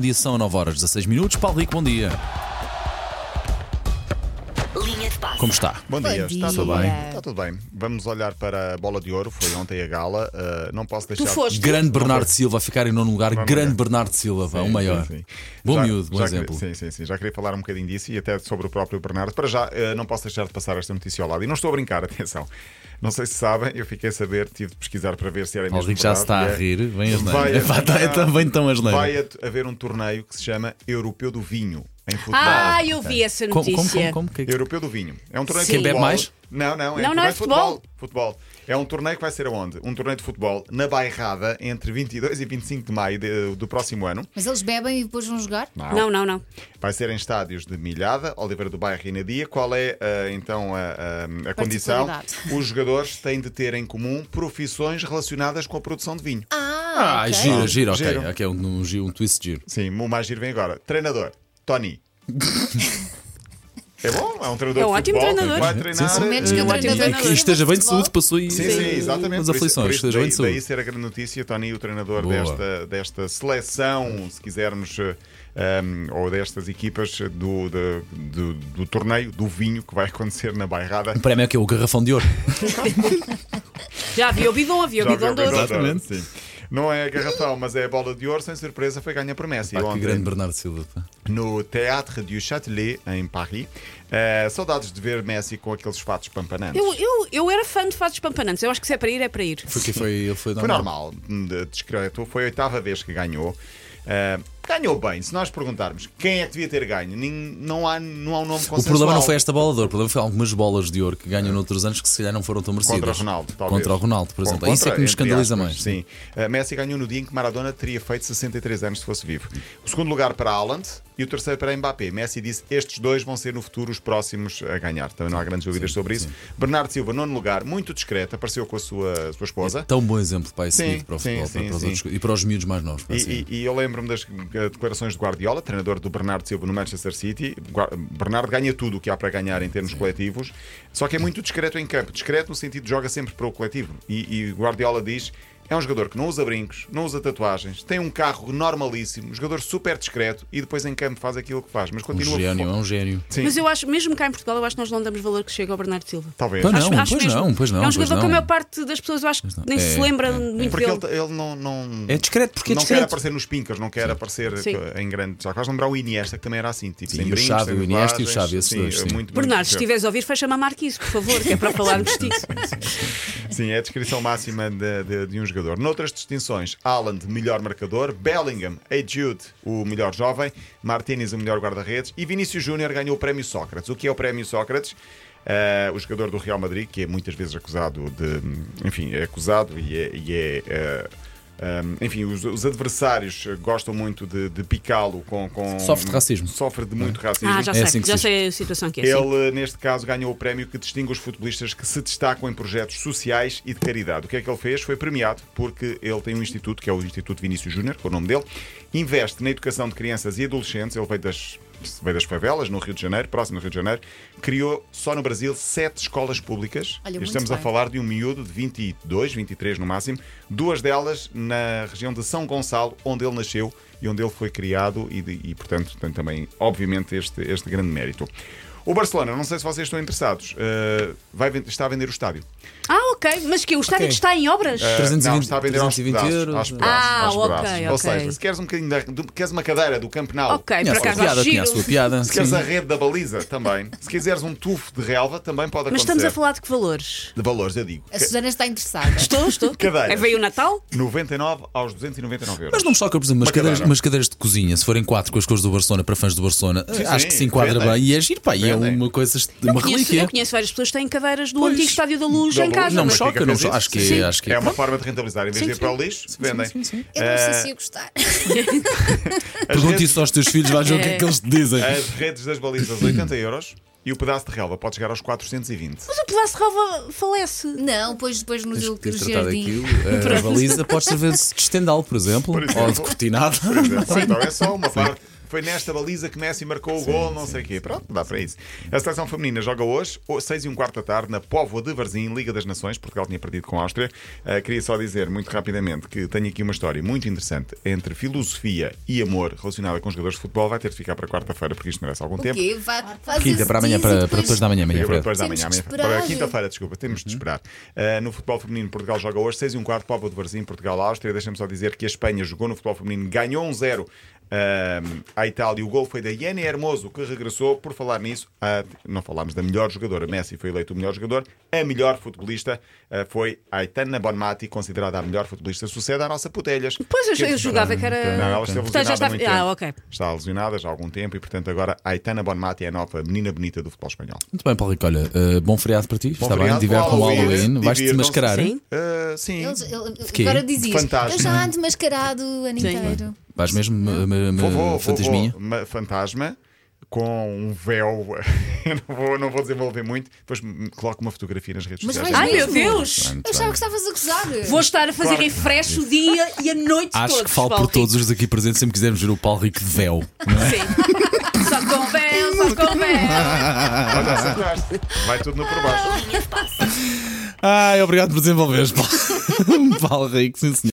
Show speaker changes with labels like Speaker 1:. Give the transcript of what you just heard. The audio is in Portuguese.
Speaker 1: dia são 9 horas 16 minutos. Paulo Rico, bom dia.
Speaker 2: Linha de passe.
Speaker 1: Como está?
Speaker 3: Bom dia,
Speaker 4: Bom
Speaker 3: está tudo
Speaker 4: dia.
Speaker 3: bem? Está tudo bem. Vamos olhar para a bola de ouro, foi ontem a gala. Ah, não posso deixar.
Speaker 4: foste.
Speaker 1: Grande Bernardo Silva a ficar em nono lugar.
Speaker 3: Nono
Speaker 1: Grande
Speaker 3: lugar.
Speaker 1: Bernardo Silva, vá, o
Speaker 3: Sim,
Speaker 1: maior.
Speaker 3: sim, sim.
Speaker 1: Bom
Speaker 3: Já-
Speaker 1: miúdo, bom
Speaker 3: já
Speaker 1: exemplo.
Speaker 3: Queria, sim, sim, sim. Já queria falar um bocadinho disso e até sobre o próprio Bernardo. Para já, eh, não posso deixar de passar esta notícia ao lado. E não estou a brincar, atenção. Não sei se sabem, eu fiquei a saber, tive de pesquisar para ver se era
Speaker 1: Paulo
Speaker 3: mesmo.
Speaker 1: Rico já
Speaker 3: verdade.
Speaker 1: se está a
Speaker 3: É.
Speaker 1: rir. Vem as
Speaker 3: Vai
Speaker 1: neiras. tá,
Speaker 3: haver-
Speaker 1: Também estão as
Speaker 3: Vai
Speaker 1: neiras.
Speaker 3: a- haver um torneio que se chama Europeu do Vinho em futebol.
Speaker 4: Ah, eu vi essa
Speaker 1: Como,
Speaker 4: notícia.
Speaker 1: como, como, como? Que-
Speaker 3: Europeu do Vinho. É um torneio
Speaker 4: Sim.
Speaker 1: Quem
Speaker 3: de
Speaker 1: bebe
Speaker 3: futebol.
Speaker 1: mais?
Speaker 3: Não, não, é
Speaker 4: Não,
Speaker 3: um torneio
Speaker 4: não, é
Speaker 3: de futebol. futebol. É um torneio que vai ser aonde? Um torneio de futebol na Bairrada entre 22 e 25 de maio de- do próximo ano.
Speaker 5: Mas eles bebem e depois vão jogar?
Speaker 4: Não, não, não.
Speaker 3: Vai ser em estádios de Milhada, Oliveira do Bairro e Nadia. Qual é ah, então a, a- a condição?
Speaker 5: Particularidade.
Speaker 3: Os jogadores têm de ter em comum profissões relacionadas com a produção de vinho.
Speaker 1: Ah,
Speaker 5: Ah, ok.
Speaker 1: giro, giro, ok.
Speaker 3: Giro.
Speaker 1: Ok, um, um, giro, um twist giro.
Speaker 3: Sim, o mais giro vem agora. Treinador, Tony. é bom, é um treinador
Speaker 4: É um
Speaker 3: de
Speaker 4: ótimo
Speaker 3: futebol,
Speaker 4: treinador.
Speaker 3: Vai
Speaker 4: Sim,
Speaker 3: treinar.
Speaker 1: sim. Ao
Speaker 5: menos que
Speaker 3: eh,
Speaker 5: eu
Speaker 4: ótimo
Speaker 5: treinador
Speaker 4: treinador.
Speaker 1: E
Speaker 5: que
Speaker 1: é que esteja bem de saúde,
Speaker 5: futebol.
Speaker 1: passou aí.
Speaker 3: Sim, sim, exatamente.
Speaker 1: As
Speaker 3: Por isso- por
Speaker 1: aflições,
Speaker 3: isso
Speaker 1: esteja bem
Speaker 3: daí,
Speaker 1: de saúde.
Speaker 3: daí ser a grande notícia, Tony, o treinador
Speaker 1: Boa.
Speaker 3: desta, desta seleção, se quisermos, eh, um, ou destas equipas do, do, do- do torneio do vinho que vai acontecer na Bairrada.
Speaker 1: O prémio é que é o garrafão de ouro.
Speaker 4: Já vi o bidon, havia o
Speaker 3: Já
Speaker 4: bidon
Speaker 3: viu,
Speaker 4: de ouro.
Speaker 3: Pedro?
Speaker 1: Exatamente.
Speaker 3: Sim. Não é garrafão, mas é a bola de ouro, sem surpresa, foi ganha por Messi.
Speaker 1: Pá, Ah, que
Speaker 3: ontem.
Speaker 1: grande Bernardo Silva. pá.
Speaker 3: no Théâtre du Châtelet, em Paris. Eh, saudades de ver Messi com aqueles fatos pampanantes.
Speaker 4: Eu, eu, eu era fã de fatos pampanantes. Eu acho que se é para ir, é para ir.
Speaker 1: Foi que foi, ele foi
Speaker 3: Foi normal, de- discreto. Foi a oitava vez que ganhou. Ah, ganhou bem. Se nós perguntarmos quem é que devia ter ganho, nem, não, há, não há um nome
Speaker 1: O
Speaker 3: consensual.
Speaker 1: problema não foi esta bola de ouro, o problema foi algumas bolas de ouro que ganham noutros anos que se calhar não foram tão merecidas.
Speaker 3: É. Contra o Ronaldo, talvez.
Speaker 1: Contra o Ronaldo, por
Speaker 3: Bom,
Speaker 1: exemplo.
Speaker 3: contra,
Speaker 1: Isso é que me
Speaker 3: entre
Speaker 1: escandaliza
Speaker 3: aspas,
Speaker 1: mais.
Speaker 3: Sim. Ah, Messi ganhou no dia em que Maradona teria feito 63 anos se fosse vivo. O segundo lugar para Haaland e o terceiro para Mbappé. Messi disse estes dois vão ser no futuro os próximos a ganhar. Também não há grandes dúvidas sobre isso. Bernardo Silva, nono lugar, muito discreto, apareceu com a sua, sua esposa.
Speaker 1: Tão bom exemplo para esse
Speaker 3: Sim,
Speaker 1: miúdo para o
Speaker 3: sim,
Speaker 1: futebol
Speaker 3: sim,
Speaker 1: para, para os
Speaker 3: sim.
Speaker 1: outros- e para os miúdos mais novos. para assim.
Speaker 3: E, e- e eu lembro-me das eh, declarações de Guardiola, treinador do Bernardo Silva no Manchester City. Gua- Bernardo ganha tudo o que há para ganhar em termos coletivos, só que é muito discreto em campo. Discreto no sentido de joga sempre para o coletivo. E, e Guardiola diz: é um jogador que não usa brincos, não usa tatuagens, tem um carro normalíssimo, jogador super discreto e depois em campo faz aquilo que faz. Mas
Speaker 1: um
Speaker 3: continua.
Speaker 1: gênio, é um gênio.
Speaker 3: Sim,
Speaker 4: Mas eu acho, mesmo cá em Portugal, eu acho que nós não damos valor que chega ao Bernardo Silva.
Speaker 3: talvez.
Speaker 1: Pois não,
Speaker 4: Acho- acho
Speaker 1: pois
Speaker 4: mesmo.
Speaker 1: não, pois não.
Speaker 4: É um
Speaker 1: pois
Speaker 4: jogador que a
Speaker 1: não.
Speaker 4: maior parte das pessoas eu acho que
Speaker 1: não.
Speaker 4: nem se
Speaker 1: É,
Speaker 4: lembra
Speaker 1: é,
Speaker 4: muito
Speaker 3: Porque ele,
Speaker 4: dele.
Speaker 3: ele não, não-
Speaker 1: É discreto, porque é
Speaker 3: não quer
Speaker 1: discreto.
Speaker 3: aparecer nos pincas, não quer aparecer
Speaker 4: Sim.
Speaker 3: eh, em grande. Já quase lembrar o Iniesta, que também era assim, tipo,
Speaker 1: Sim, e
Speaker 3: sem
Speaker 1: o
Speaker 3: brincos.
Speaker 1: Xavi,
Speaker 3: sem
Speaker 1: o Iniesta e o
Speaker 3: tatuagens.
Speaker 1: Xavi, esses dois, sim.
Speaker 3: muito, muito
Speaker 4: Bernardo, se
Speaker 3: discreto.
Speaker 4: estiveres a ouvir, fecha-me a Marquise, por favor, que é para falarmos disso.
Speaker 3: Sim, é a descrição máxima de, de- de um jogador. Noutras distinções, Haaland, melhor marcador, Bellingham, A. Jude, o melhor jovem, Martínez, o melhor guarda-redes e Vinícius Júnior ganhou o Prémio Sócrates. O que é o Prémio Sócrates? Ah, o jogador do Real Madrid, que é muitas vezes acusado de. Enfim, é acusado e é. e é, ah, ah, enfim, os, os adversários gostam muito de, de picá-lo com, com.
Speaker 1: Sofre de racismo.
Speaker 3: Sofre de muito racismo.
Speaker 4: Ah, já
Speaker 1: É
Speaker 4: sei,
Speaker 1: assim que
Speaker 4: já
Speaker 1: se
Speaker 4: sei a situação que é. sim.
Speaker 3: Ele, neste caso, ganhou o prémio que distingue os futebolistas que se destacam em projetos sociais e de caridade. O que é que ele fez? Foi premiado porque ele tem um instituto, que é o Instituto Vinícius Júnior, que é o nome dele, investe na educação de crianças e adolescentes. Ele veio das, veio das favelas, no Rio de Janeiro, próximo do Rio de Janeiro. Criou, só no Brasil, sete escolas públicas.
Speaker 5: Olha,
Speaker 3: E
Speaker 5: muito
Speaker 3: Estamos a
Speaker 5: bem.
Speaker 3: falar de um miúdo de 22, 23 no máximo. Duas delas na região de São Gonçalo, onde ele nasceu e onde ele foi criado, e, de- e, portanto tem também, obviamente, este, este grande mérito. O Barcelona, não sei se vocês estão interessados, eh, vai, ven- está a vender o estádio.
Speaker 4: Ah, ok, mas que o estádio
Speaker 1: Ok.
Speaker 4: está em obras?
Speaker 3: Eh,
Speaker 1: 320
Speaker 3: não, está a vender aos
Speaker 1: 320
Speaker 3: pedaços,
Speaker 1: euros. eh.
Speaker 3: aos pedaços,
Speaker 4: Ah,
Speaker 3: aos
Speaker 4: ok,
Speaker 3: pedaços. Ou
Speaker 4: ok.
Speaker 3: seja, se queres, um bocadinho da- do- queres uma cadeira do Camp Nou,
Speaker 4: ok, por
Speaker 1: Tinha a sua
Speaker 4: acaso acho
Speaker 1: piada, tinha
Speaker 4: giro.
Speaker 1: a sua piada.
Speaker 3: se queres
Speaker 1: sim.
Speaker 3: a rede da baliza, também. se quiseres um tufo de relva, também pode acontecer.
Speaker 4: Mas estamos a falar É de que valores?
Speaker 3: de valores, eu digo.
Speaker 5: A Susana está interessada.
Speaker 4: Estou, estou.
Speaker 3: Cadeiras.
Speaker 4: É, veio o Natal?
Speaker 3: 99 aos 299 euros.
Speaker 1: Mas não me choca, por exemplo, umas
Speaker 3: Uma
Speaker 1: cadeiras,
Speaker 3: cadeira.
Speaker 1: umas cadeiras de cozinha, se forem quatro com as cores do Barcelona para fãs do Barcelona,
Speaker 3: Sim,
Speaker 1: acho
Speaker 3: sim,
Speaker 1: que se enquadra
Speaker 3: vendem.
Speaker 1: bem. E é giro, pá, e é
Speaker 3: Vendem.
Speaker 1: uma coisa, uma
Speaker 4: Conheço, eu
Speaker 1: relíquia.
Speaker 4: conheço várias pessoas que têm cadeiras do
Speaker 1: Pois.
Speaker 4: antigo Estádio da Luz
Speaker 3: Da
Speaker 4: em
Speaker 3: Luz,
Speaker 4: casa.
Speaker 1: Não me
Speaker 4: mas-
Speaker 3: choca,
Speaker 1: choca, não me
Speaker 3: fez
Speaker 1: choca.
Speaker 3: isso?
Speaker 1: Acho que
Speaker 4: Sim.
Speaker 1: é. Acho que
Speaker 3: É uma forma de rentabilizar. Em vez
Speaker 4: Sim,
Speaker 3: de ir
Speaker 4: sim.
Speaker 3: para o lixo, vendem.
Speaker 1: Sim, sim, sim.
Speaker 5: Eu não sei se
Speaker 1: Eh,
Speaker 5: ia gostar.
Speaker 3: As,
Speaker 1: Pergunte
Speaker 3: redes,
Speaker 1: isso aos teus filhos, vais ver o que é que eles te dizem.
Speaker 3: as redes das balizas, 80 euros. E o pedaço de relva pode chegar aos 420.
Speaker 4: Mas o pedaço de relva falece.
Speaker 5: Não, pois depois no
Speaker 1: Tens que
Speaker 5: no
Speaker 1: teres tratado
Speaker 5: jardim.
Speaker 1: aquilo. A baliza pode servir-se de estendal, por exemplo,
Speaker 3: Por exemplo.
Speaker 1: ou de cortinado.
Speaker 3: Então é só uma parte. Foi nesta baliza que Messi marcou o gol, não sei o quê. Pronto, dá para isso. A seleção feminina joga hoje, 6 e um quarto da tarde, na Póvoa de Varzim, Liga das Nações. Portugal tinha perdido com a Áustria. Ah, queria só dizer, muito rapidamente, que tenho aqui uma história muito interessante entre filosofia e amor relacionada com os jogadores de futebol. Vai ter de ficar para quarta-feira, porque isto merece algum
Speaker 5: O
Speaker 3: tempo.
Speaker 5: quê? Vá, faz
Speaker 1: Quinta
Speaker 5: esse
Speaker 1: para amanhã,
Speaker 5: tease
Speaker 1: para,
Speaker 5: e
Speaker 1: para depois da manhã,
Speaker 3: Sim,
Speaker 1: manhã.
Speaker 3: para
Speaker 1: Fred.
Speaker 3: depois da
Speaker 5: Temos
Speaker 3: manhã,
Speaker 5: que
Speaker 3: amanhã.
Speaker 5: esperar.
Speaker 3: Para quinta-feira, desculpa, temos de esperar. Uh, no futebol feminino, Portugal joga hoje 6 e um quarto, Póvoa de Varzim, Portugal-Áustria. Deixa-me só dizer que a Espanha jogou no futebol feminino, ganhou 1-0 um, à Itália. O gol foi da Iene Hermoso, que regressou. Por falar nisso, ah, não falámos da melhor jogadora. Messi foi eleito o melhor jogador. A melhor futebolista ah, foi Aitana Bonmati, considerada a melhor futebolista. Sucede à nossa Putelhas.
Speaker 4: Pois, eu-
Speaker 3: Que- é
Speaker 4: eu julgava que era-
Speaker 3: Não, ela esteve
Speaker 4: Portanto, já
Speaker 3: lesionada há
Speaker 4: está-
Speaker 3: muito
Speaker 4: Ah,
Speaker 3: tempo.
Speaker 4: ok.
Speaker 3: Está lesionada já há algum tempo e, portanto, agora Aitana Bonmati é a nova menina bonita do futebol espanhol.
Speaker 1: Muito bem, Paulo Rico, olha, eh, bom feriado para ti. Está bem,
Speaker 3: feriado,
Speaker 1: tiver com o
Speaker 3: bom Halloween,
Speaker 1: Halloween, vais-te
Speaker 3: divirtam-se.
Speaker 1: mascarar.
Speaker 4: Sim.
Speaker 3: Uh, sim.
Speaker 5: Eles, ele,
Speaker 1: quê?
Speaker 5: agora dizias,
Speaker 3: Fantasma.
Speaker 5: eu já ando mascarado o ano
Speaker 4: Sim.
Speaker 5: inteiro.
Speaker 1: Vais mesmo, me- me- me-
Speaker 3: Vou, vou,
Speaker 1: Ah, fantasminha?
Speaker 3: Vou, vou, uma fantasma com um véu. Eu não vou, não vou desenvolver muito. Depois me- coloco uma fotografia nas redes
Speaker 5: Mas
Speaker 3: sociais.
Speaker 5: vais
Speaker 4: Ai, meu
Speaker 5: mesmo?
Speaker 4: Deus!
Speaker 3: Muito
Speaker 5: Eu achava
Speaker 3: bem.
Speaker 5: que estavas a gozar.
Speaker 4: Vou estar a fazer
Speaker 3: Claro.
Speaker 4: refresh o dia e a noite
Speaker 1: Acho
Speaker 4: todos.
Speaker 1: que falo por
Speaker 4: Paulo
Speaker 1: todos é? os aqui presentes sempre quisermos ver o Paulo Rico de véu.
Speaker 4: Rico. Sim. Só com véu, só com véu.
Speaker 3: Olha, acertaste. Vai tudo no por baixo.
Speaker 1: Ai, obrigado por desenvolveres, Paulo. Paulo Rico, sim senhor.